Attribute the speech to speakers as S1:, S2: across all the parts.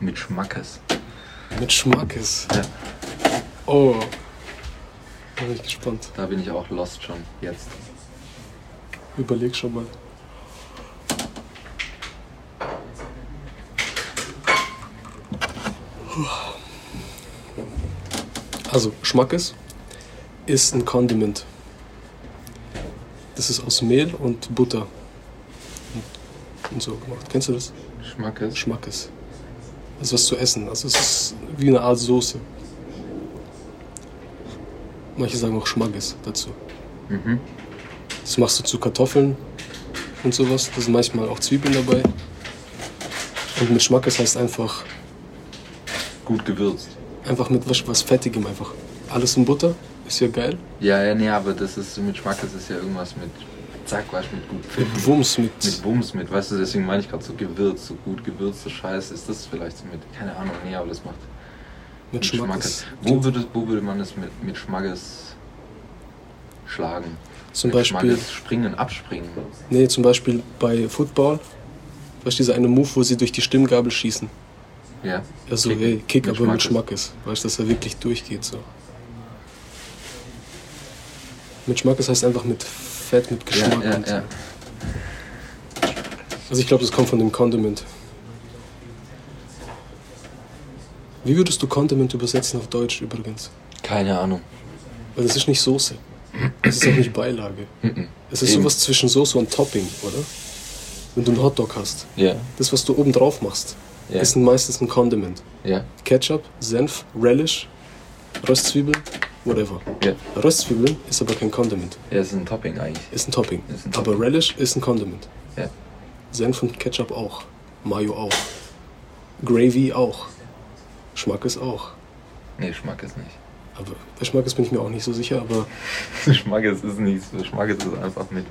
S1: Mit Schmackes.
S2: Mit Schmackes.
S1: Ja.
S2: Oh. Da bin ich gespannt.
S1: Da bin ich auch lost schon jetzt.
S2: Überleg schon mal. Also, Schmackes ist ein Condiment. Das ist aus Mehl und Butter. Und so gemacht. Kennst du das?
S1: Schmackes.
S2: Schmackes. Das ist was zu essen. Also, es ist wie eine Art Soße. Manche sagen auch Schmackes dazu.
S1: Mhm.
S2: Das machst du zu Kartoffeln und sowas. Da sind manchmal auch Zwiebeln dabei. Und mit Schmackes heißt einfach,
S1: Gut gewürzt.
S2: einfach mit was, was Fettigem einfach. Alles in Butter, ist ja geil.
S1: Ja, ja, nee, aber das ist mit Schmackes ist ja irgendwas mit Zack, weißt du, mit gut Pfiff.
S2: Mit Wumms, Mhm. mit,
S1: Mit Bums mit, weißt du, deswegen meine ich gerade so gewürzt, so gut gewürzte Scheiße ist das vielleicht so mit, keine Ahnung, nee, aber das macht
S2: mit Schmackes.
S1: Wo würde, wo würde man das mit, mit Schmackes schlagen?
S2: Zum
S1: mit
S2: Beispiel,
S1: Schmackes springen, abspringen.
S2: nee, zum Beispiel bei Football, weißt du, dieser eine Move, wo sie durch die Stimmgabel schießen.
S1: Ja.
S2: Also,
S1: Kick
S2: hey, Kick,
S1: mit
S2: aber mit
S1: Schmackes.
S2: Schmackes. Weißt du, dass er wirklich durchgeht so. Mit Schmackes heißt einfach mit Fett, mit
S1: Ja,
S2: Geschmack.
S1: ja,
S2: und so.
S1: ja.
S2: Also ich glaube, das kommt von dem Condiment. Wie würdest du Condiment übersetzen auf Deutsch übrigens?
S1: Keine Ahnung.
S2: Weil das ist nicht Soße. Das ist auch nicht Beilage. Es ist
S1: Eben.
S2: sowas zwischen Soße und Topping, oder? Wenn du einen Hotdog hast.
S1: Ja,
S2: Das, was du oben drauf machst,
S1: Ja.
S2: ist meistens ein Condiment.
S1: ja,
S2: Ketchup, Senf, Relish, Röstzwiebeln, whatever.
S1: ja.
S2: Röstzwiebeln ist aber kein Condiment,
S1: Ja, ist ein Topping eigentlich.
S2: ist ein Topping.
S1: Ist ein
S2: aber
S1: Topping.
S2: Relish ist ein Condiment.
S1: Ja.
S2: Senf und Ketchup auch. Mayo auch. Gravy auch. Schmackes auch.
S1: Nee, Schmackes nicht.
S2: Aber bei Schmackes bin ich mir auch nicht so sicher, aber
S1: Schmackes ist nichts. Schmackes ist einfach mit,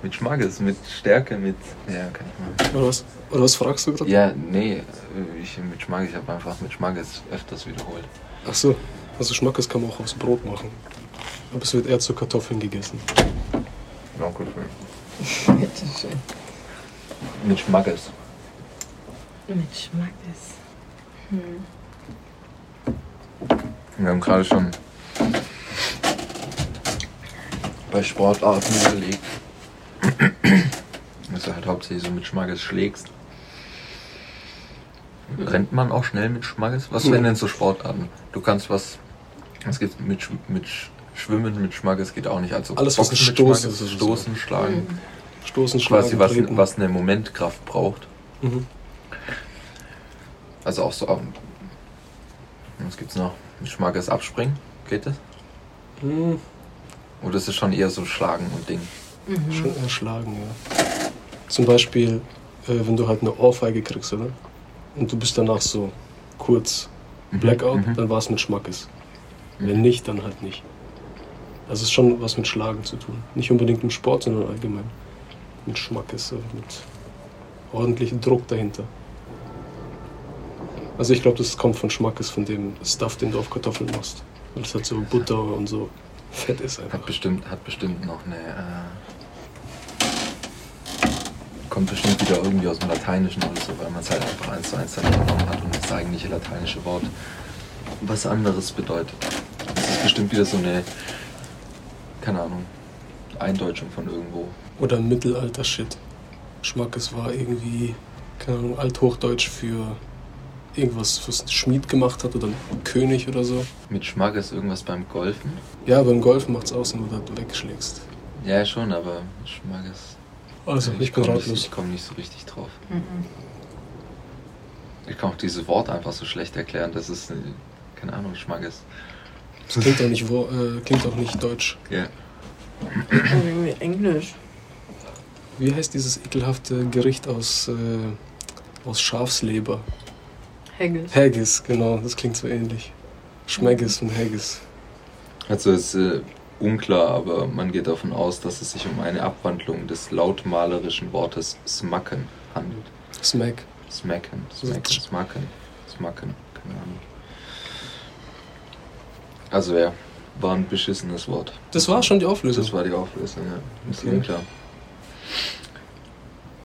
S1: mit Schmackes, mit Stärke, mit. Ja, kann ich mal.
S2: oder was, oder was fragst du gerade?
S1: Ja, nee, äh, ich mit Schmack, ich habe einfach mit Schmackes öfters wiederholt.
S2: Ach so, also Schmackes kann man auch aufs Brot machen. Aber es wird eher zu Kartoffeln gegessen.
S1: Danke Mit Schmackes.
S3: Mit Schmackes. Hm.
S1: Wir haben gerade schon bei Sportarten überlegt, dass du halt hauptsächlich so mit Schmackes schlägst. Rennt man auch schnell mit Schmackes? Was wären denn so Sportarten? Du kannst was. Es gibt mit, Schw- mit Sch- Schwimmen mit Schmackes geht auch nicht. Also
S2: Alles, was ein
S1: Boxen mit
S2: Stoß
S1: Schmackes,
S2: ist, ist es Mhm.
S1: Stoßen, Schlagen.
S2: Stoßen, Schlagen,
S1: quasi was,
S2: Treten.
S1: was eine Momentkraft braucht.
S2: Mhm.
S1: Also auch so. ähm, Was gibt's noch? Mit Schmackes abspringen? Geht das?
S2: Hm,
S1: Oder ist es schon eher so Schlagen und Ding?
S2: schon eher Schlagen, ja. Zum Beispiel, äh, wenn du halt eine Ohrfeige kriegst, oder? Und du bist danach so kurz Blackout,
S1: Mhm.
S2: dann war es mit Schmackes.
S1: Mhm.
S2: Wenn nicht, dann halt nicht. Also es ist schon was mit Schlagen zu tun. Nicht unbedingt im Sport, sondern allgemein. Mit Schmackes, äh, mit ordentlichem Druck dahinter. Also ich glaube, das kommt von Schmackes, von dem Stuff, den du auf Kartoffeln machst. Weil es halt so Butter und so Fett ist einfach.
S1: Hat bestimmt, hat bestimmt noch eine. Äh, kommt bestimmt wieder irgendwie aus dem Lateinischen oder so, weil man es halt einfach eins zu eins dann übernommen hat und das eigentliche lateinische Wort was anderes bedeutet. Das ist bestimmt wieder so eine, keine Ahnung, Eindeutschung von irgendwo.
S2: Oder Mittelalter-Shit. Schmackes war irgendwie, keine Ahnung, Althochdeutsch für irgendwas, was ein Schmied gemacht hat oder ein König oder so.
S1: Mit Schmack ist irgendwas beim Golfen?
S2: Ja, beim Golf macht's aus, nur dass du wegschlägst.
S1: Ja, schon, aber Schmack ist.
S2: Also, ich bin
S1: komm nicht,
S2: ratlos.
S1: ich komme nicht so richtig drauf.
S3: Mhm.
S1: Ich kann auch dieses Wort einfach so schlecht erklären, das ist, äh, keine Ahnung, Schmack ist.
S2: Das klingt auch nicht, wo- äh, klingt auch nicht deutsch.
S1: Ja.
S3: Und irgendwie Englisch.
S2: Wie heißt dieses ekelhafte Gericht aus, äh, aus Schafsleber?
S3: Haggis.
S2: Haggis, genau, das klingt so ähnlich. Schmeggis und Haggis.
S1: Also ist äh, unklar, aber man geht davon aus, dass es sich um eine Abwandlung des lautmalerischen Wortes smacken handelt.
S2: Smack.
S1: Smacken, smacken,
S2: Also-
S1: smacken, smacken, keine Ahnung. Also ja, war ein beschissenes Wort.
S2: Das war schon die Auflösung.
S1: Das war die Auflösung, ja. Ist
S2: Okay.
S1: unklar.